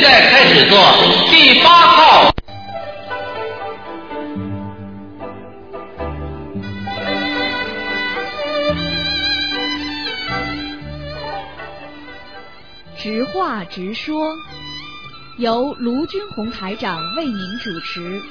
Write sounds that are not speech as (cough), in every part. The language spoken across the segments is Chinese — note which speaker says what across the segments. Speaker 1: 子座第八号。
Speaker 2: 直话直说，由卢军红台长为您主持。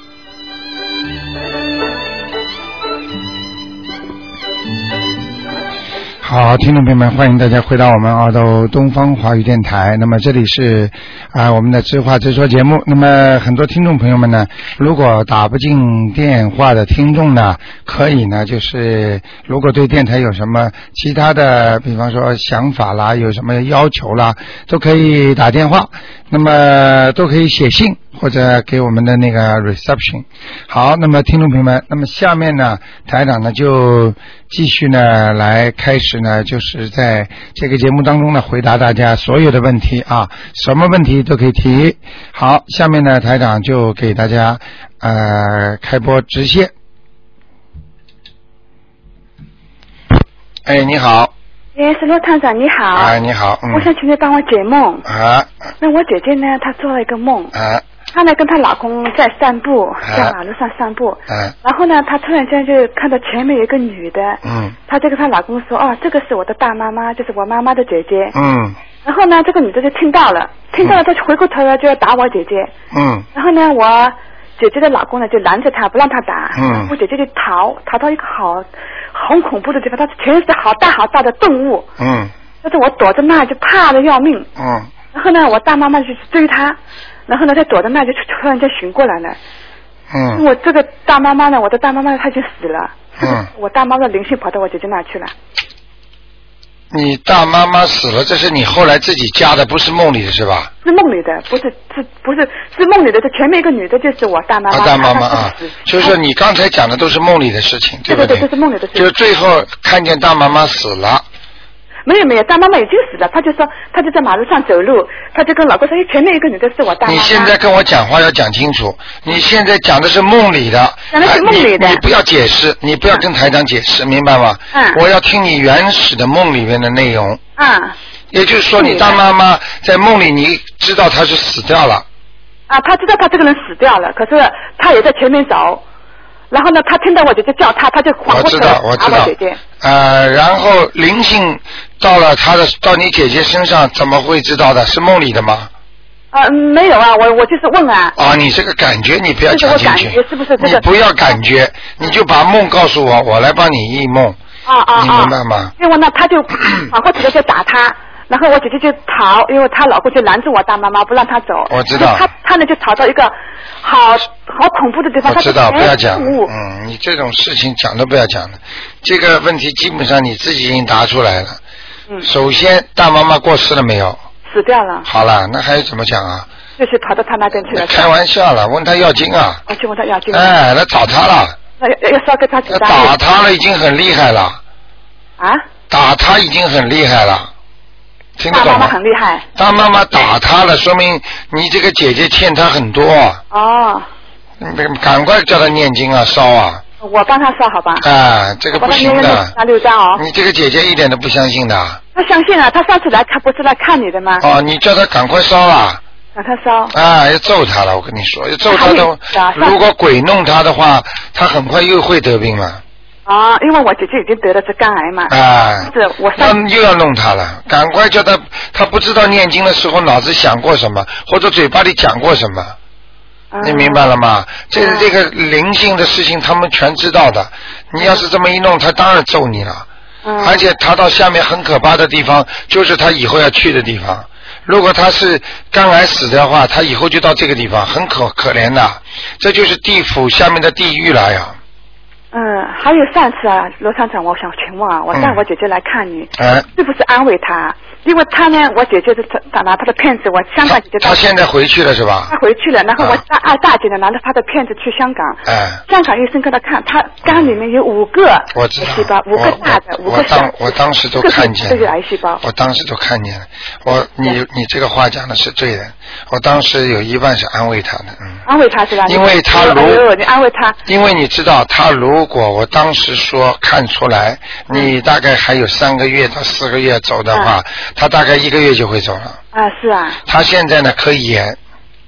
Speaker 3: 好，听众朋友们，欢迎大家回到我们澳洲东方华语电台。那么这里是啊、我们的知话直说节目。那么很多听众朋友们呢，如果打不进电话的听众呢，可以呢，就是如果对电台有什么其他的，比方说想法啦，有什么要求啦，都可以打电话，那么都可以写信或者给我们的那个 reception。好，那么听众朋友们，那么下面呢，台长呢就继续呢来开始呢，就是在这个节目当中呢回答大家所有的问题啊，什么问题都可以提。好，下面呢台长就给大家呃开播直线。哎，你好，
Speaker 4: 哎，是罗探长，你好。
Speaker 3: 哎，你好，嗯
Speaker 4: 我，想请你帮我解梦。
Speaker 3: 啊
Speaker 4: 那我姐姐呢？她做了一个梦，
Speaker 3: 啊
Speaker 4: 她呢跟她老公在散步，
Speaker 3: 哎
Speaker 4: 在马路上散步。
Speaker 3: 啊，
Speaker 4: 然后呢，她突然间就看到前面有一个女的，
Speaker 3: 嗯
Speaker 4: 她就跟她老公说：“哦，这个是我的大妈妈，就是我妈妈的姐姐。
Speaker 3: 嗯”
Speaker 4: 然后呢，这个女的就听到了，听到了，她就回过头来就要打我姐姐。
Speaker 3: 嗯
Speaker 4: 然后呢，我姐姐的老公呢就拦着她，不让她打。
Speaker 3: 嗯
Speaker 4: 我姐姐就逃，逃到一个好很恐怖的地方，她全是好大好大的动物。
Speaker 3: 嗯
Speaker 4: 但是我躲在那就怕的要命。
Speaker 3: 嗯
Speaker 4: 然后呢，我大妈妈就去追她，然后呢，她躲在那就突然间醒过来了。
Speaker 3: 嗯
Speaker 4: 我这个大妈妈呢，我的大妈妈她已经死了，
Speaker 3: 嗯，
Speaker 4: 我大妈妈的灵性跑到我姐姐那去了。
Speaker 3: 你大妈妈死了，这是你后来自己加的，不是梦里的是吧？
Speaker 4: 是梦里的，不是是不是是梦里的？这前面一个女的，就是我大妈妈。
Speaker 3: 啊，大妈妈
Speaker 4: 她
Speaker 3: 啊
Speaker 4: 她是死，
Speaker 3: 就是说你刚才讲的都是梦里的事情，
Speaker 4: 对
Speaker 3: 不
Speaker 4: 对对这是梦里的事情
Speaker 3: 就是最后看见大妈妈死了，
Speaker 4: 没有没有，大妈妈已经死了。她就说，她就在马路上走路，她就跟老公说，哎，前面一个女的是我大妈妈。
Speaker 3: 你现在跟我讲话要讲清楚，你现在讲的是梦里的，
Speaker 4: 讲的是
Speaker 3: 哎
Speaker 4: 梦里的
Speaker 3: 你你不要解释，你不要跟台长解释，明白吗？
Speaker 4: 嗯
Speaker 3: 我要听你原始的梦里面的内容，
Speaker 4: 啊
Speaker 3: 也就是说你
Speaker 4: 是的
Speaker 3: 大妈妈在梦里你知道她是死掉了，
Speaker 4: 啊，她知道她这个人死掉了，可是她也在前面找。然后呢，她听到我姐姐叫她，她就缓
Speaker 3: 我
Speaker 4: 过
Speaker 3: 知
Speaker 4: 头
Speaker 3: 道，我
Speaker 4: 来
Speaker 3: 知
Speaker 4: 打
Speaker 3: 道
Speaker 4: 我姐姐。，
Speaker 3: 呃，然后灵性到了她的到你姐姐身上，怎么会知道的？是梦里的吗？
Speaker 4: 啊，嗯没有啊，我我就是问啊，
Speaker 3: 啊，你这个感觉你不要讲进去，
Speaker 4: 这是我感觉是不是这个
Speaker 3: 你不要感觉，你就把梦告诉我，我来帮你译梦。
Speaker 4: 啊啊
Speaker 3: 你
Speaker 4: 啊！
Speaker 3: 明白吗？
Speaker 4: 因为呢，他就反过头来就打他，然后我姐姐就逃，因为她老公就拦住我大妈妈不让她走。
Speaker 3: 我知道
Speaker 4: 她她呢就逃到一个好好恐怖的地方，
Speaker 3: 我
Speaker 4: 她哎
Speaker 3: 知道，
Speaker 4: 就
Speaker 3: 不要讲
Speaker 4: 全是雾
Speaker 3: 了。嗯，你这种事情讲都不要讲了。这个问题基本上你自己已经答出来了。
Speaker 4: 嗯
Speaker 3: 首先，大妈妈过世了没有？
Speaker 4: 死掉了，
Speaker 3: 好了，那还怎么讲啊？
Speaker 4: 就是跑到他那边去了。
Speaker 3: 开玩笑了，问她要经啊？
Speaker 4: 我去问他要经，那
Speaker 3: 哎，来找她了，
Speaker 4: 要要烧给他几
Speaker 3: 要
Speaker 4: 张？
Speaker 3: 打她了，已经很厉害了，
Speaker 4: 啊！
Speaker 3: 打她已经很厉害了，听得
Speaker 4: 大
Speaker 3: 懂
Speaker 4: 妈妈
Speaker 3: 吗？
Speaker 4: 很厉害
Speaker 3: 他妈妈打他了，说明你这个姐姐欠他很多，
Speaker 4: 哦，
Speaker 3: 嗯赶快叫他念经啊，烧啊，
Speaker 4: 我帮他烧好吧？
Speaker 3: 啊，这个
Speaker 4: 我
Speaker 3: 不
Speaker 4: 帮他
Speaker 3: 行
Speaker 4: 念了六
Speaker 3: 的。嗯
Speaker 4: 张六张哦。
Speaker 3: 你这个姐姐一点都不相信的，
Speaker 4: 他相信啊，他上次来他不是来看你的吗？
Speaker 3: 哦，你叫她赶快烧啊，
Speaker 4: 让他哦烧。
Speaker 3: 啊，要揍她了，我跟你说，要揍她的
Speaker 4: 哎呀，
Speaker 3: 如果鬼弄她的话，她很快又会得病了，
Speaker 4: 啊，因为我姐姐已经得了这肝癌嘛。
Speaker 3: 啊，
Speaker 4: 是我
Speaker 3: 那
Speaker 4: 上
Speaker 3: 又要弄她了，赶快叫她，她不知道念经的时候脑子想过什么，或者嘴巴里讲过什么，
Speaker 4: 啊
Speaker 3: 你明白了吗？这是这个灵性的事情，他们全知道的。你要是这么一弄，他当然揍你了。
Speaker 4: 嗯？
Speaker 3: 而且他到下面很可怕的地方，就是他以后要去的地方。如果他是肝癌死的话，他以后就到这个地方，很可可怜的。这就是地府下面的地狱了呀！
Speaker 4: 嗯，还有上次啊，罗厂长，我想请问啊，我带
Speaker 3: 嗯
Speaker 4: 我姐姐来看你，
Speaker 3: 哎，
Speaker 4: 是不是安慰她？因为她呢，我姐姐是她拿她的骗子，我香港
Speaker 3: 他
Speaker 4: 姐姐
Speaker 3: 他现在回去了是吧
Speaker 4: 她？回去了，然后我
Speaker 3: 啊
Speaker 4: 大二大姐呢拿着她的骗子去香港，
Speaker 3: 哎，
Speaker 4: 香港医生跟她看，她肝里面有五个
Speaker 3: 我知道
Speaker 4: 癌细胞，，五
Speaker 3: 我
Speaker 4: 个大的，
Speaker 3: 我
Speaker 4: 五
Speaker 3: 我
Speaker 4: 个小
Speaker 3: 当
Speaker 4: 的，
Speaker 3: 我当时都
Speaker 4: 这个
Speaker 3: 看见
Speaker 4: 这个
Speaker 3: 了
Speaker 4: 癌细胞，
Speaker 3: 我当时都看见了。我你你这个话讲的是对的，我当时有一半是安慰他的，嗯。
Speaker 4: 安慰她是吧？
Speaker 3: 因为她
Speaker 4: 你
Speaker 3: 如
Speaker 4: 哎呦你安慰她，
Speaker 3: 因为你知道，他如果我当时说看出来，你大概还有三个月到四个月
Speaker 4: 嗯
Speaker 3: 走的话，他大概一个月就会走了。
Speaker 4: 啊，是啊，
Speaker 3: 他现在呢可以演，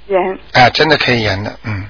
Speaker 4: 延。
Speaker 3: 哎，真的可以延的，嗯，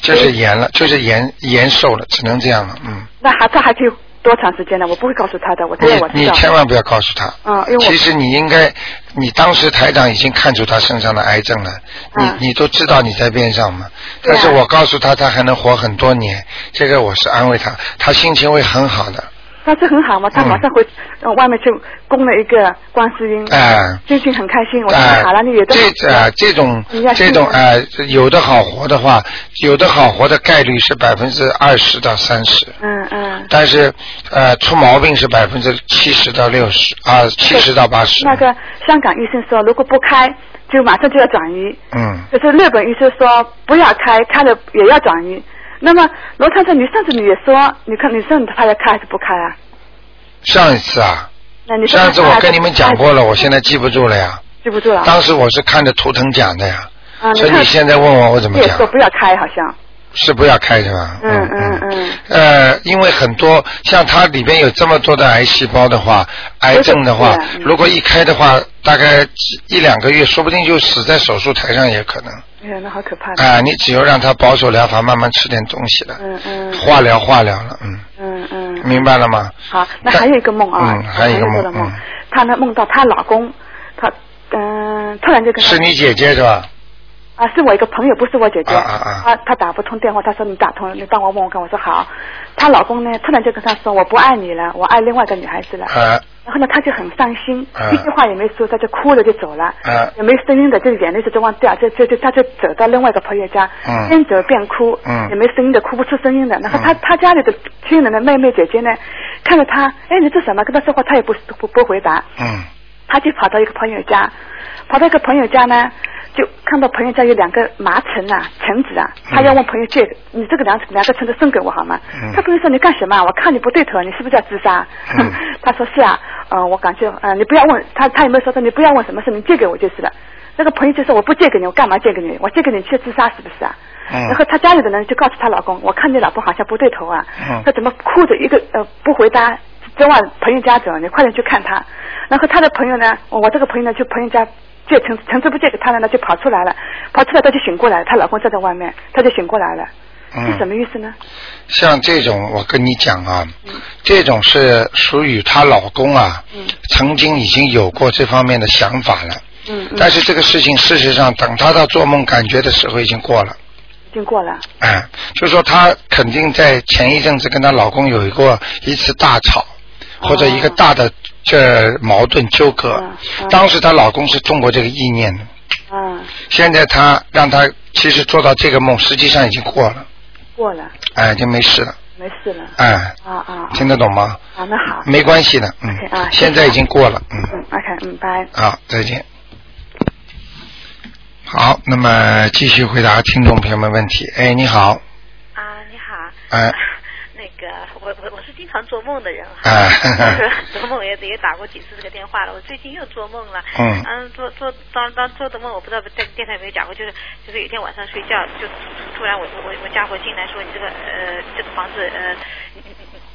Speaker 3: 就是延了，就是延延寿了，只能这样了，嗯。
Speaker 4: 那还他还可以多长时间呢？我不会告诉他的，我他让我
Speaker 3: 你
Speaker 4: 知
Speaker 3: 你
Speaker 4: 道。
Speaker 3: 千万不要告诉他。
Speaker 4: 嗯因为我
Speaker 3: 其实你应该，你当时台长已经看出他身上的癌症了，
Speaker 4: 嗯
Speaker 3: 你你都知道你在边上嘛。
Speaker 4: 对
Speaker 3: 但
Speaker 4: 啊
Speaker 3: 是我告诉他，他还能活很多年，这个我是安慰他，他心情会很好的。
Speaker 4: 他是很好嘛，
Speaker 3: 嗯
Speaker 4: 他马上回、呃外面去供了一个观世音，
Speaker 3: 哎
Speaker 4: 心情很开心。我说
Speaker 3: 哎
Speaker 4: 好了，你也，都
Speaker 3: 这啊这种
Speaker 4: 你要
Speaker 3: 这
Speaker 4: 信
Speaker 3: 种
Speaker 4: 任
Speaker 3: 哎，有的好活的话，有的好活的概率是百分之二十到三十。
Speaker 4: 嗯嗯，
Speaker 3: 但是，呃，出毛病是百分之七十到六十啊，七十到八十。
Speaker 4: 那个香港医生说，如果不开，就马上就要转移。
Speaker 3: 嗯，
Speaker 4: 可是日本医生说不要开，开了也要转移。那么罗先生，你上次你也说，你看你上次他要开还是不开啊？
Speaker 3: 上一次啊，
Speaker 4: 那你说
Speaker 3: 上次
Speaker 4: 他
Speaker 3: 我
Speaker 4: 还是
Speaker 3: 跟你们讲过了，我现在记不住了呀。
Speaker 4: 记不住了啊。
Speaker 3: 当时我是看着图腾讲的呀，
Speaker 4: 啊，
Speaker 3: 所以
Speaker 4: 看
Speaker 3: 你现在问我，我怎么
Speaker 4: 也
Speaker 3: 讲
Speaker 4: 说？不要开，好像。
Speaker 3: 是不要开是吧？
Speaker 4: 嗯
Speaker 3: 嗯
Speaker 4: 嗯嗯。
Speaker 3: 呃，因为很多像它里边有这么多的癌细胞的话，癌症的话
Speaker 4: 对对，对
Speaker 3: 如果一开的话，大概几一两个月，说不定就死在手术台上也可能。
Speaker 4: 哎呀，那好可怕的。
Speaker 3: 啊，你只有让他保守疗法，慢慢吃点东西了，
Speaker 4: 嗯嗯
Speaker 3: 化疗化疗了，嗯，
Speaker 4: 嗯嗯。
Speaker 3: 明白了吗？
Speaker 4: 好，那
Speaker 3: 但
Speaker 4: 还有一个梦啊，
Speaker 3: 嗯，还有一个
Speaker 4: 的
Speaker 3: 梦，
Speaker 4: 梦
Speaker 3: 嗯，，
Speaker 4: 她呢梦到她老公，她嗯、突然就跟她
Speaker 3: 是你姐姐是吧？
Speaker 4: 啊，是我一个朋友，不是我姐姐，
Speaker 3: 啊啊啊
Speaker 4: 她她打不通电话，她说你打通了，你帮我问问看，我说好，她老公呢突然就跟她说我不爱你了，我爱另外一个女孩子了。
Speaker 3: 啊，
Speaker 4: 然后呢，她就很伤心，
Speaker 3: 啊
Speaker 4: 一句话也没说，她就哭了，就走了，
Speaker 3: 啊
Speaker 4: 也没声音的，就眼泪就这往掉，就就就，她就走到另外一个朋友家，
Speaker 3: 嗯
Speaker 4: 边走边哭，
Speaker 3: 嗯
Speaker 4: 也没声音的，哭不出声音的。然后
Speaker 3: 嗯
Speaker 4: 她她家里的亲人的妹妹姐姐呢，看着她，哎，你这什么？跟她说话，她也不不不回答，
Speaker 3: 嗯，
Speaker 4: 他就跑到一个朋友家，跑到一个朋友家呢，就看到朋友家有两个麻绳啊、橙子啊，他要问朋友借，你这个两两个橙子送给我好吗？
Speaker 3: 嗯
Speaker 4: 他朋友说你干什么啊？我看你不对头，你是不是要自杀？
Speaker 3: 嗯
Speaker 4: (laughs) 他说是啊，嗯、我感觉，嗯、你不要问他，他有没有说说你不要问什么事，你借给我就是了。那个朋友就说我不借给你，我干嘛借给你？我借给你去自杀是不是啊？
Speaker 3: 嗯
Speaker 4: 然后她家里的人就告诉她老公，我看你老婆好像不对头啊
Speaker 3: 嗯，
Speaker 4: 她怎么哭着一个呃不回答，就往朋友家走，你快点去看她。然后她的朋友呢，我我这个朋友呢，去朋友家借橙橙子不借给她了呢，就跑出来了，跑出来她就醒过来了，她老公站在外面，她就醒过来了，
Speaker 3: 嗯
Speaker 4: 是什么意思呢？
Speaker 3: 像这种，我跟你讲啊，
Speaker 4: 嗯
Speaker 3: 这种是属于她老公啊，曾经已经有过这方面的想法了，
Speaker 4: 嗯嗯，
Speaker 3: 但是这个事情事实上，等她到做梦感觉的时候已经过了。
Speaker 4: 已经过了，
Speaker 3: 哎，就说她肯定在前一阵子跟她老公有过一次大吵，或者一个大的这矛盾纠葛
Speaker 4: 哦嗯嗯。
Speaker 3: 当时她老公是中过这个意念的，
Speaker 4: 嗯，
Speaker 3: 现在她让她其实做到这个梦，实际上已经过了，
Speaker 4: 过了，
Speaker 3: 哎，就没事了，
Speaker 4: 没事了，
Speaker 3: 哎，
Speaker 4: 啊啊，
Speaker 3: 听得懂吗？
Speaker 4: 啊那好，
Speaker 3: 没关系的，嗯
Speaker 4: OK，啊，
Speaker 3: 现在已经过了，嗯。
Speaker 4: 嗯，OK，嗯，拜。
Speaker 3: 好，再见。好，那么继续回答听众朋友们问题。哎，你好，
Speaker 5: 啊，你好。
Speaker 3: 哎。
Speaker 5: (laughs) 那个，我我我是经常做梦的人哈。
Speaker 3: 哎
Speaker 5: (laughs) 做梦也也打过几次这个电话了。我最近又做梦了。
Speaker 3: 嗯
Speaker 5: 做做当当做的梦，我不知道在电台有没有讲过，就是就是有一天晚上睡觉，就突然我我我家伙进来说你这个呃这个房子呃你你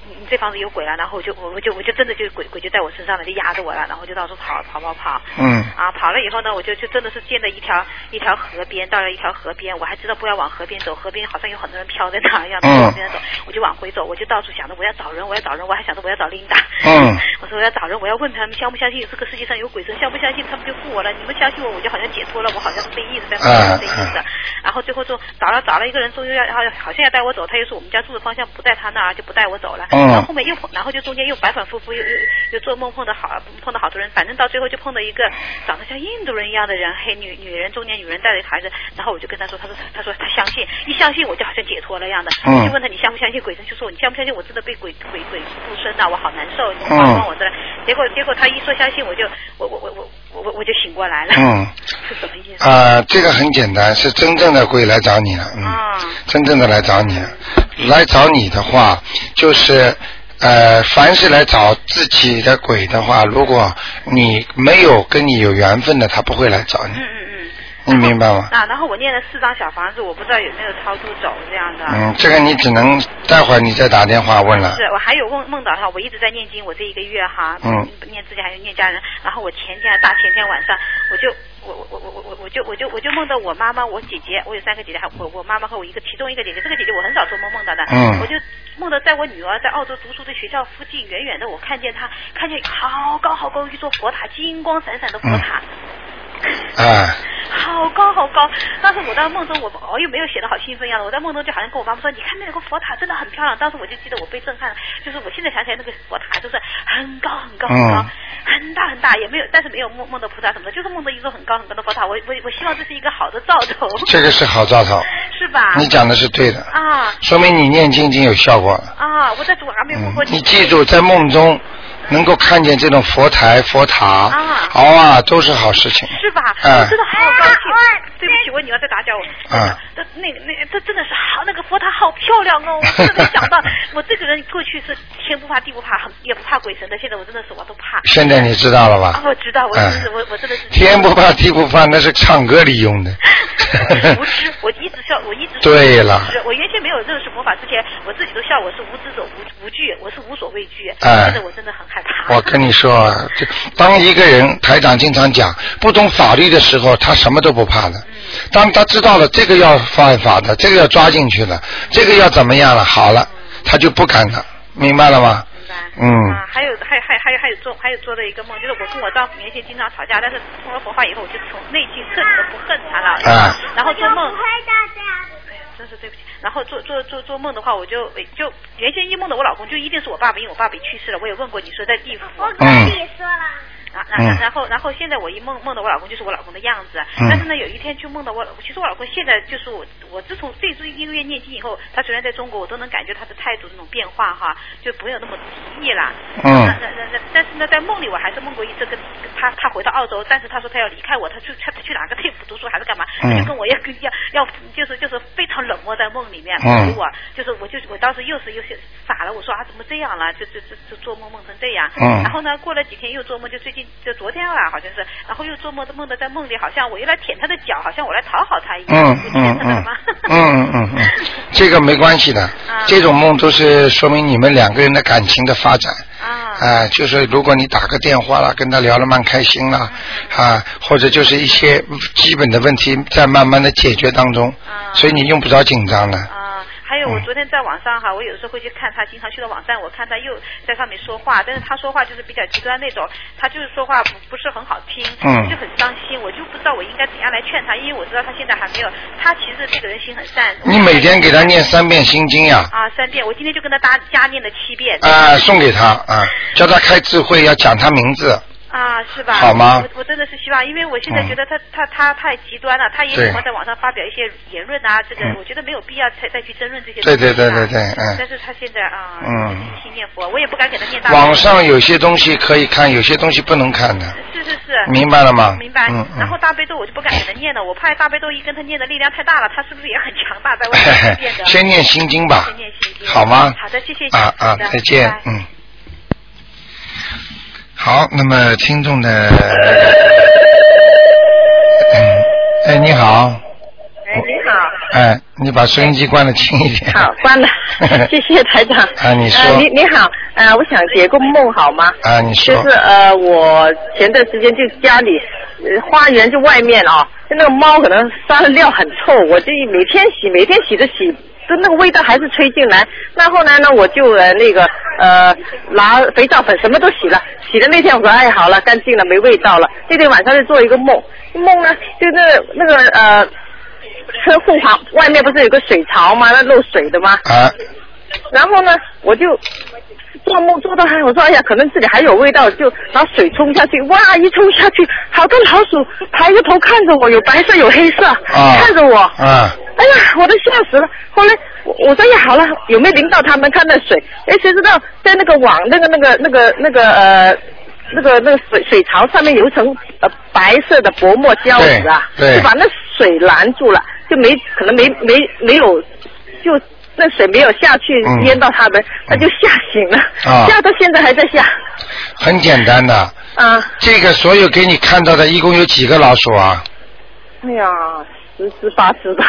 Speaker 5: 你你这房子有鬼了，然后我就我我就我就真的就鬼鬼就在我身上了，就压着我了，然后我就到处跑跑跑跑。
Speaker 3: 嗯
Speaker 5: 啊，跑了以后呢，我就就真的是见到一条一条河边，到了一条河边，我还知道不要往河边走，河边好像有很多人飘在那儿一样，
Speaker 3: 嗯
Speaker 5: 往边走，我就往回走，我就到处想着我要找人，我要找人，我还想着我要找琳达，
Speaker 3: 嗯，
Speaker 5: 我说我要找人，我要问他们相不相信这个世界上有鬼神，相不相信他们就护我了，你们相信我，我就好像解脱了，我好像是被意识在
Speaker 3: 啊
Speaker 5: 被意识的，然后最后就找了找了一个人，终于要好像好像要带我走，他又说我们家住的方向不在他那儿，就不带我走了，
Speaker 3: 嗯
Speaker 5: 然后后面又碰，然后就中间又反反复复，又又又做梦碰到好碰到好多人，反正到最后就碰到一个长得像印度人一样的人，黑女女人，中年女人带着一个孩子，然后我就跟他说，他说他说他相信，一相信我就好像解脱了一样的，
Speaker 3: 嗯
Speaker 5: 我就问他你相不相信鬼神，就说你相不相信我真的被鬼鬼鬼附身呐、我好难受，你
Speaker 3: 嗯
Speaker 5: 帮帮我这，结果结果他一说相信，我就我我我我我我我就醒过来了，
Speaker 3: 嗯，
Speaker 5: 是什么意思？
Speaker 3: 啊、这个很简单，是真正的鬼来找你了，嗯，
Speaker 5: 啊
Speaker 3: 真正的来找你了，来找你的话，就是呃，凡是来找自己的鬼的话，如果你没有跟你有缘分的，他不会来找你。
Speaker 5: 嗯嗯嗯，
Speaker 3: 你明白吗？
Speaker 5: 啊，然后我念了四张小房子，我不知道有没有超度走这样的。
Speaker 3: 嗯，这个你只能待会儿你再打电话问了。
Speaker 5: 是我还有梦梦到哈，我一直在念经，我这一个月哈，
Speaker 3: 嗯
Speaker 5: 念自己还有念家人，然后我前天大前天晚上我就。我我我我我我就我就我就梦到我妈妈，我姐姐，我有三个姐姐，还我我妈妈和我一个其中一个姐姐，这个姐姐我很少做梦梦到的，
Speaker 3: 嗯
Speaker 5: 我就梦到在我女儿在澳洲读书的学校附近，远远的我看见她，看见好高好高一座佛塔，金光闪闪的佛塔，
Speaker 3: 啊，
Speaker 5: 好高好高！当时我在梦中，我哦又没有写的好兴奋样子，我在梦中就好像跟我妈妈说，你看那个佛塔真的很漂亮。当时我就记得我被震撼了，就是我现在想起来那个佛塔就是很高很高很高，
Speaker 3: 嗯
Speaker 5: 很大很大，也没有，但是没有梦梦到菩萨什么的，就是梦到一座很高很高的佛塔。我我我希望这是一个好的兆头，
Speaker 3: 这嗯个是好兆头，
Speaker 5: (laughs) 是吧？
Speaker 3: 你讲的是对的，
Speaker 5: 啊
Speaker 3: 说明你念经已经有效果了。
Speaker 5: 啊！我在做还没有梦
Speaker 3: 嗯
Speaker 5: 过，
Speaker 3: 你记住，在梦中能够看见这种佛台、佛塔，
Speaker 5: 啊
Speaker 3: 哇，都是好事情。
Speaker 5: 是吧？
Speaker 3: 哎
Speaker 5: 我真的好高兴。对不起，我女儿在打搅我。
Speaker 3: 啊
Speaker 5: 这那个那个，这真的是好，那个佛塔好漂亮哦！我真的没想
Speaker 3: (laughs)
Speaker 5: 到，我这个人过去是天不怕地不怕，很也不怕鬼神的，现在我真的什么都怕。
Speaker 3: 现在你知道了吧
Speaker 5: 啊，？我知道，我真是我我真的是。
Speaker 3: 哎天不怕地不怕，那是唱歌里用的
Speaker 5: 无知，我一直笑，我一直说
Speaker 3: 对了
Speaker 5: 是我原先没有认识魔法之前，我自己都笑我是无知者无无惧，我是无所畏惧。
Speaker 3: 哎
Speaker 5: 现在我真的很害怕。
Speaker 3: 我跟你说啊，这当一个人台长经常讲，不懂法律的时候，他什么都不怕的。当他知道了这个要犯法的，这个要抓进去了，这个要怎么样了，好了，他就不敢了，明白了吗？
Speaker 5: 明白
Speaker 3: 嗯
Speaker 5: 啊，还有，还有还有还有还有做还有做的一个梦，就是我跟我丈夫原先经常吵架，但是通了佛法以后，我就从内心彻底的不恨他了。
Speaker 3: 啊
Speaker 5: 然后做梦，
Speaker 6: 大
Speaker 5: 哎呀，真是对不起。然后做做做做梦的话，我就就原先一梦到我老公就一定是我爸爸，因为我爸爸去世了，我也问过你说在地府。
Speaker 6: 我
Speaker 3: 嗯
Speaker 6: 跟你说了，
Speaker 5: 啊，然然
Speaker 3: 嗯
Speaker 5: 然后然后现在我一梦梦到我老公就是我老公的样子，
Speaker 3: 嗯
Speaker 5: 但是呢有一天就梦到我，老其实我老公现在就是我我自从这一个月念经以后，他虽然在中国，我都能感觉他的态度那种变化哈，就没有那么敌意啦。
Speaker 3: 嗯
Speaker 5: 那那那那但是呢，在梦里我还是梦过一次跟跟他他回到澳洲，但是他说他要离开我，他去他去哪个地府读书还是干嘛，
Speaker 3: 嗯
Speaker 5: 他就跟我要跟要要就是就是非常冷漠在梦里面，
Speaker 3: 嗯
Speaker 5: 给我就是我就我当时又是又是傻了，我说啊怎么这样了，就就就就做梦梦成这样，
Speaker 3: 嗯
Speaker 5: 然后呢，过了几天又做梦，就最近就昨天啊，好像是，然后又做梦，梦的在梦里好像我又来舔他的脚，好像我来讨好他一样，
Speaker 3: 嗯
Speaker 5: 你
Speaker 3: 嗯
Speaker 5: 见到了
Speaker 3: 嗯
Speaker 5: 吗？ (laughs)
Speaker 3: 嗯嗯嗯，这个没关系的，这种梦都是说明你们两个人的感情的发展。
Speaker 5: 啊
Speaker 3: 啊，就是如果你打个电话啦，跟他聊了蛮开心啦，
Speaker 5: 嗯
Speaker 3: 啊，或者就是一些基本的问题在慢慢的解决当中，
Speaker 5: 啊
Speaker 3: 所以你用不着紧张的。
Speaker 5: 啊，还有我
Speaker 3: 嗯
Speaker 5: 昨天在网上哈，我有时候会去看他，经常去到网站，我看他又在上面说话，但是他说话就是比较极端那种，他就是说话不不是很好听，
Speaker 3: 嗯
Speaker 5: 就很伤心，我就不知道我应该怎样来劝他，因为我知道他现在还没有，他其实这个人心很善。
Speaker 3: 你每天给他念三遍心经呀、
Speaker 5: 啊三遍，我今天就跟他搭加念了七遍。
Speaker 3: 啊，送给他啊，叫他开智慧，要讲他名字，
Speaker 5: 啊，是吧？
Speaker 3: 好吗
Speaker 5: 我我真的是希望，因为我现在
Speaker 3: 嗯
Speaker 5: 觉得他、他他太极端了，他也
Speaker 3: 对
Speaker 5: 喜欢在网上发表一些言论啊，这个、
Speaker 3: 嗯
Speaker 5: 我觉得没有必要再再去争论这些东
Speaker 3: 对
Speaker 5: 西、
Speaker 3: 对
Speaker 5: 啊。
Speaker 3: 对对对嗯
Speaker 5: 但是他现在啊，
Speaker 3: 嗯
Speaker 5: 一心念佛，我也不敢给他念大。
Speaker 3: 网。上有些东西可以看，有些东西不能看的，
Speaker 5: 是是是。
Speaker 3: 明白了吗？
Speaker 5: 明白
Speaker 3: 嗯，嗯
Speaker 5: 然后。大悲咒我就不敢给他念了，我怕大悲咒一跟他念的力量太大了，他是不是也很强大，在外面念
Speaker 3: (laughs)
Speaker 5: 的？
Speaker 3: 先念心经吧
Speaker 5: 先念心，经
Speaker 3: 好吗？
Speaker 5: 好的谢谢
Speaker 3: 啊啊
Speaker 5: 好，的
Speaker 3: 再见
Speaker 5: 拜拜，
Speaker 3: 嗯。好，那么听众的，嗯，哎，你好，
Speaker 7: 哎，你好，
Speaker 3: 哎，你把收音机关的轻一点。，
Speaker 7: 好，关了
Speaker 3: (laughs)
Speaker 7: 谢谢台长。
Speaker 3: 啊你说
Speaker 7: 呃你你好，呃，我想解个梦好吗？
Speaker 3: 啊，你说
Speaker 7: 就是呃，我前段时间就家里、呃花园就外面哦，就那个猫可能撒的料很臭，我就每天洗，每天洗着洗，就那个味道还是吹进来。那后来呢，我就呃那个呃拿肥皂粉什么都洗了，洗了那天我说哎好了，干净了，没味道了。那天晚上就做一个梦，梦呢就那个那个呃车库旁外面不是有个水槽吗？那漏水的吗？
Speaker 3: 啊，
Speaker 7: 然后呢，我就做梦做到还，我说哎呀，可能这里还有味道，就拿水冲下去，哇，一冲下去，好多老鼠抬着头看着我，有白色有黑色，
Speaker 3: 啊
Speaker 7: 看着我，
Speaker 3: 啊，
Speaker 7: 哎呀，我都吓死了。后来我我说呀，好了，有没有淋到他们？看那水，哎，谁知道在那个网那个那个那个那个呃。那个那个水水槽上面有一层呃白色的薄膜胶纸啊，
Speaker 3: 对对
Speaker 7: 就把那水拦住了，就没可能没没没有，就那水没有下去
Speaker 3: 嗯
Speaker 7: 淹到他们，他就吓醒了，
Speaker 3: 啊
Speaker 7: (laughs) 吓到现在还在吓，
Speaker 3: 很简单的，
Speaker 7: 啊
Speaker 3: 这个所有给你看到的，一共有几个老鼠啊？
Speaker 7: 哎呀，十只八只吧。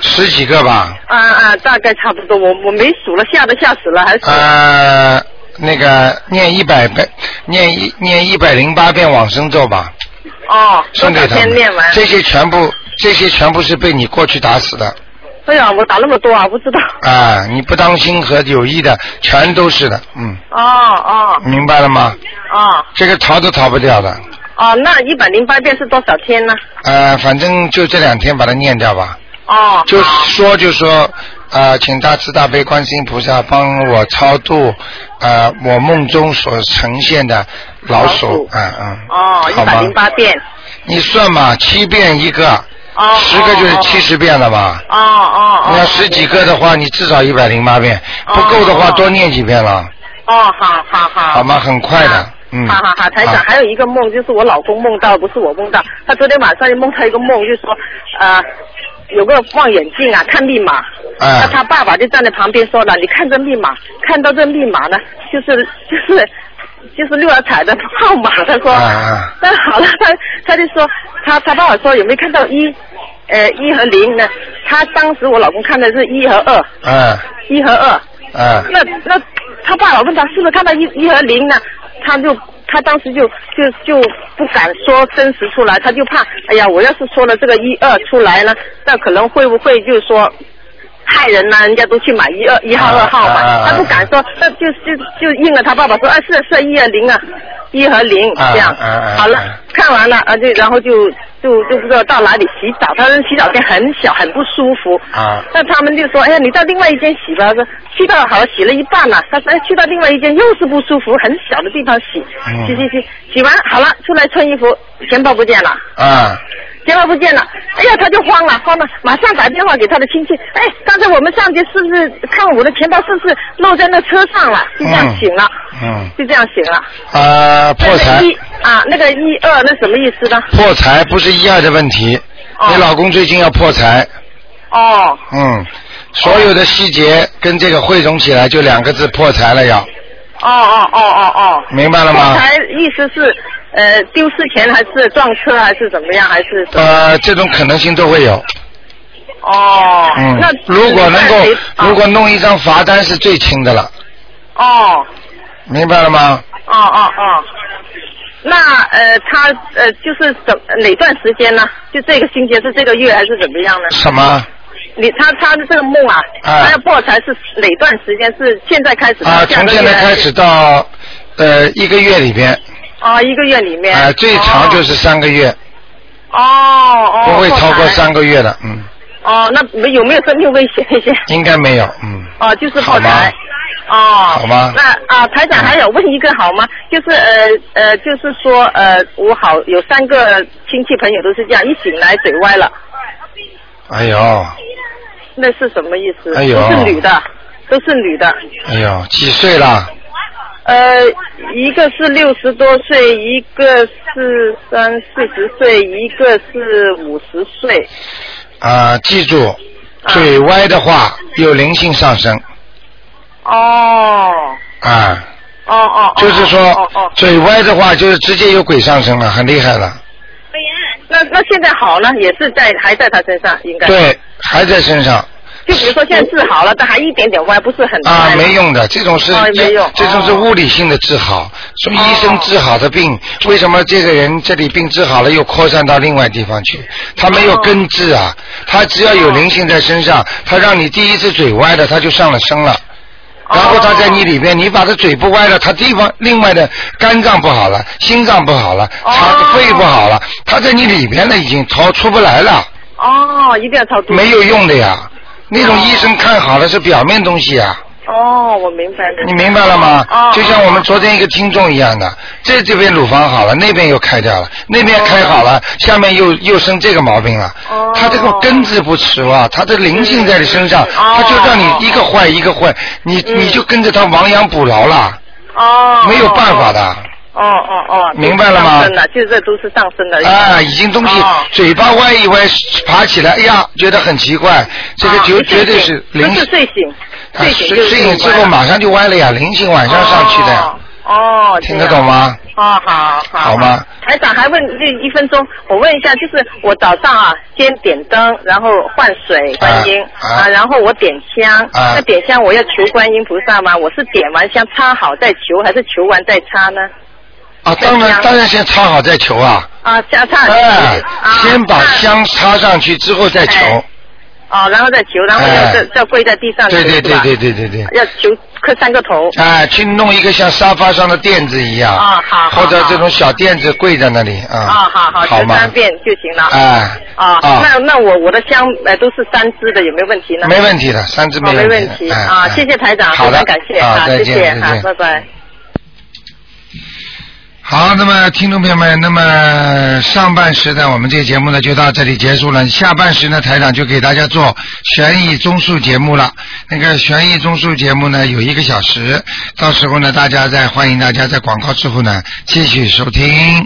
Speaker 3: 十几个吧，
Speaker 7: 啊啊，大概差不多，我我没数了，吓都吓死了，还是、
Speaker 3: 呃，那个念一百遍，念一念一百零八遍往生咒吧，
Speaker 7: 哦，多
Speaker 3: 送给
Speaker 7: 少
Speaker 3: 他
Speaker 7: 天
Speaker 3: 们
Speaker 7: 念完。。
Speaker 3: 这些全部，这些全部是被你过去打死的
Speaker 7: 哎呀，我打那么多啊，不知道。
Speaker 3: 啊！你不当心和有意的，全都是的，嗯，
Speaker 7: 哦哦
Speaker 3: 明白了吗？
Speaker 7: 哦
Speaker 3: 这个逃都逃不掉的，
Speaker 7: 哦，那一百零八遍是多少天呢？
Speaker 3: 呃，反正就这两天把它念掉吧。
Speaker 7: 哦，
Speaker 3: 就说就说，呃，请大慈大悲观世音菩萨帮我超度，呃，我梦中所呈现的老鼠
Speaker 7: 老鼠，
Speaker 3: 嗯嗯，
Speaker 7: 哦，一
Speaker 3: 好
Speaker 7: 百
Speaker 3: 吧
Speaker 7: 零八遍。
Speaker 3: 你算嘛，七遍一个，
Speaker 7: 哦，
Speaker 3: 十个就是七
Speaker 7: 十。
Speaker 3: 十遍了吧？
Speaker 7: 哦哦哦。
Speaker 3: 你要十几个的话，你至少一百零八遍，
Speaker 7: 哦
Speaker 3: 不够的话
Speaker 7: 哦
Speaker 3: 多念几遍了，
Speaker 7: 哦，好好好。
Speaker 3: 好吗？很快的
Speaker 7: 啊，
Speaker 3: 嗯。
Speaker 7: 好好好，台长，还有一个梦，就是我老公梦到，不是我梦到，他昨天晚上就梦到一个梦，就说，呃，有个望远镜啊，看密码，那
Speaker 3: 哎，
Speaker 7: 他爸爸就站在旁边说了，你看这密码，看到这密码呢，就是就是就是六合彩的号码，他说，
Speaker 3: 哎哎
Speaker 7: 那好了，他他就说，他他爸爸说有没有看到一，呃一和零呢？他当时我老公看的是一和二，
Speaker 3: 哎
Speaker 7: 一和二。
Speaker 3: 哎，
Speaker 7: 那那他爸爸问他是不是看到一一和零呢？他就他当时就就就不敢说真实出来，他就怕，哎呀，我要是说了这个一二出来呢，那可能会不会就是说害人呐、人家都去买一二一号
Speaker 3: 啊
Speaker 7: 二号嘛，
Speaker 3: 啊啊啊
Speaker 7: 他不敢说，那就就就应了他爸爸说，啊是啊是啊一和零啊，一和零
Speaker 3: 啊
Speaker 7: 这样。
Speaker 3: 啊啊啊
Speaker 7: 好了，看完了啊就然后就就就不知道到哪里洗澡，他说洗澡间很小，很不舒服。
Speaker 3: 啊
Speaker 7: 那他们就说，哎呀，你到另外一间洗吧。他说去到好了，洗了一半了。他说哎去到另外一间又是不舒服，很小的地方洗，
Speaker 3: 嗯
Speaker 7: 洗洗洗，洗完好了出来穿衣服，钱包不见了，
Speaker 3: 啊
Speaker 7: 钱包不见了。哎呀，他就慌了，慌了，马上打电话给他的亲戚。哎，刚才我们上去是不是看我的钱包是不是漏在那车上了？就这样
Speaker 3: 嗯
Speaker 7: 醒了，
Speaker 3: 嗯
Speaker 7: 就这样醒了。
Speaker 3: 啊，破
Speaker 7: 那
Speaker 3: 财
Speaker 7: 个一啊，那个一二那什么意思呢？
Speaker 3: 破财不是一二的问题，
Speaker 7: 哦
Speaker 3: 你老公最近要破财。
Speaker 7: 哦
Speaker 3: 嗯，所有的细节跟这个汇总起来就两个字破财了要，
Speaker 7: 哦哦哦哦哦。
Speaker 3: 明白了
Speaker 7: 破
Speaker 3: 吗？
Speaker 7: 财意思是呃丢失钱还是撞车还是怎么样还是
Speaker 3: 呃，这种可能性都会有。
Speaker 7: 哦，
Speaker 3: 嗯
Speaker 7: 那，
Speaker 3: 如果能够
Speaker 7: 那谁，啊
Speaker 3: 如果弄一张罚单是最轻的了，
Speaker 7: 哦
Speaker 3: 明白了吗？
Speaker 7: 哦哦哦，那呃他呃就是怎哪段时间呢？就这个星期是这个月还是怎么样呢？
Speaker 3: 什么？
Speaker 7: 你他他的这个梦啊，
Speaker 3: 啊
Speaker 7: 他要破财是哪段时间？是现在开始
Speaker 3: 啊，从现在开。
Speaker 7: 下个月还
Speaker 3: 始
Speaker 7: 是
Speaker 3: 到呃一个月里边，
Speaker 7: 哦，一个月里面。
Speaker 3: 啊，最长就
Speaker 7: 哦
Speaker 3: 是三个月，
Speaker 7: 哦哦。
Speaker 3: 不会超过
Speaker 7: 破财
Speaker 3: 三个月的，嗯，
Speaker 7: 哦，那没有没有生命危险一些？
Speaker 3: 应该没有，嗯，
Speaker 7: 哦，就是
Speaker 3: 好
Speaker 7: 破
Speaker 3: 吗
Speaker 7: 财。哦，
Speaker 3: 好吗嗯
Speaker 7: 那啊，台长还有问一个好吗？就是呃呃，就是说呃，我好有三个亲戚朋友都是这样，一醒来嘴歪了，
Speaker 3: 哎呦，
Speaker 7: 那是什么意思？
Speaker 3: 哎呦
Speaker 7: 都是女的，都是女的。
Speaker 3: 哎呦，几岁了？
Speaker 7: 呃，一个是六十多岁，一个是三四十岁，一个是五十岁。
Speaker 3: 啊，记住，
Speaker 7: 啊
Speaker 3: 嘴歪的话有灵性上升
Speaker 7: 哦
Speaker 3: 啊，
Speaker 7: 哦哦。哦
Speaker 3: 就是
Speaker 7: 哦
Speaker 3: 说
Speaker 7: 哦，
Speaker 3: 嘴歪的话就是直接有鬼上身了，很厉害了。
Speaker 7: 那那现在好呢，也是在还在他身上，应该。
Speaker 3: 对，还在身上
Speaker 7: 就比如说现在治好了，但还一点点歪，不是很
Speaker 3: 啊
Speaker 7: 歪，吗
Speaker 3: 没。用的，这种是
Speaker 7: 哦没用
Speaker 3: 这种是
Speaker 7: 哦
Speaker 3: 物理性的治好，所以
Speaker 7: 哦
Speaker 3: 医生治好的病，为什么这个人这里病治好了又扩散到另外地方去？他没有
Speaker 7: 哦
Speaker 3: 根治啊，他只要有灵性在身上，他让你第一次嘴歪了，他就上了身了。
Speaker 7: 哦
Speaker 3: 然后他在你里边，你把他嘴不歪了，他地方另外的肝脏不好了，心脏不好了，
Speaker 7: 哦
Speaker 3: 肠肺不好了，他在你里边了已经逃出不来了，
Speaker 7: 哦，一定要超度。
Speaker 3: 没有用的呀。那种医生看好了是表面东西啊，
Speaker 7: 哦，我明白了。
Speaker 3: 你明白了
Speaker 7: 哦
Speaker 3: 吗？就像我们
Speaker 7: 哦
Speaker 3: 昨天一个听众一样的，这这边乳房好了，那边又开掉了，那边开好了，下面又又生这个毛病了
Speaker 7: 哦。
Speaker 3: 他这个根治不持啊，他的灵性在你身上，
Speaker 7: 哦嗯
Speaker 3: 他就让你一个坏一个坏，你你就跟着他亡羊补牢了。
Speaker 7: 哦，
Speaker 3: 没有办法的。
Speaker 7: 哦。哦哦哦，
Speaker 3: 明白了吗
Speaker 7: 上升了，就是这都是上升的。
Speaker 3: 啊，已经东西
Speaker 7: 哎哦
Speaker 3: 嘴巴歪一歪，爬起来，哎呀，觉得很奇怪，这个
Speaker 7: 啊
Speaker 3: 绝
Speaker 7: 一睡
Speaker 3: 绝对
Speaker 7: 醒
Speaker 3: 是
Speaker 7: 就
Speaker 3: 灵
Speaker 7: 是
Speaker 3: 性，
Speaker 7: 睡醒，
Speaker 3: 啊睡
Speaker 7: 睡醒就是
Speaker 3: 睡醒之后马上就歪了呀，灵性晚上上去的呀，
Speaker 7: 哦。哦，
Speaker 3: 听得懂吗？
Speaker 7: 这样？哦，好好。
Speaker 3: 好吗
Speaker 7: 台台长还问就一分钟，我问一下，就是我早上啊，先点灯，然后换水观音
Speaker 3: 啊啊
Speaker 7: 然后我点香，
Speaker 3: 啊
Speaker 7: 那点香我要求观音菩萨吗？我是点完香插好再求，还是求完再插呢？
Speaker 3: 啊，当
Speaker 7: 再
Speaker 3: 然
Speaker 7: 香
Speaker 3: 当然先插好再求啊，
Speaker 7: 啊，插插，
Speaker 3: 哎
Speaker 7: 啊，
Speaker 3: 先把
Speaker 7: 那
Speaker 3: 香插上去之后再求
Speaker 7: 哎，哦，然后再求，然后
Speaker 3: 哎
Speaker 7: 要再再跪在地上求，
Speaker 3: 对对
Speaker 7: 是
Speaker 3: 对
Speaker 7: 吧
Speaker 3: 对对对对。
Speaker 7: 要求磕三个头。
Speaker 3: 哎，去弄一个像沙发上的垫子一样，
Speaker 7: 啊好好
Speaker 3: 或者这种小垫子跪在那里啊，
Speaker 7: 啊，好好，
Speaker 3: 好
Speaker 7: 求
Speaker 3: 吗
Speaker 7: 三？遍就行了。
Speaker 3: 哎，
Speaker 7: 啊，那
Speaker 3: 啊，
Speaker 7: 那我我的香呃都是三支的，有没有问题呢？
Speaker 3: 没问题的，三只
Speaker 7: 哦，没
Speaker 3: 问
Speaker 7: 问
Speaker 3: 题
Speaker 7: 题
Speaker 3: 的，哎
Speaker 7: 啊
Speaker 3: 哎，
Speaker 7: 谢谢台长，
Speaker 3: 好
Speaker 7: 非
Speaker 3: 的，
Speaker 7: 常感谢
Speaker 3: 啊
Speaker 7: 啊，
Speaker 3: 再
Speaker 7: 谢
Speaker 3: 见
Speaker 7: 谢
Speaker 3: 再
Speaker 7: 啊
Speaker 3: 见，
Speaker 7: 拜拜。
Speaker 3: 好，那么听众朋友们，那么上半时呢，我们这个节目呢就到这里结束了。下半时呢，台长就给大家做悬疑综述节目了。那个悬疑综述节目呢有一个小时，到时候呢，大家再欢迎大家在广告之后呢继续收听。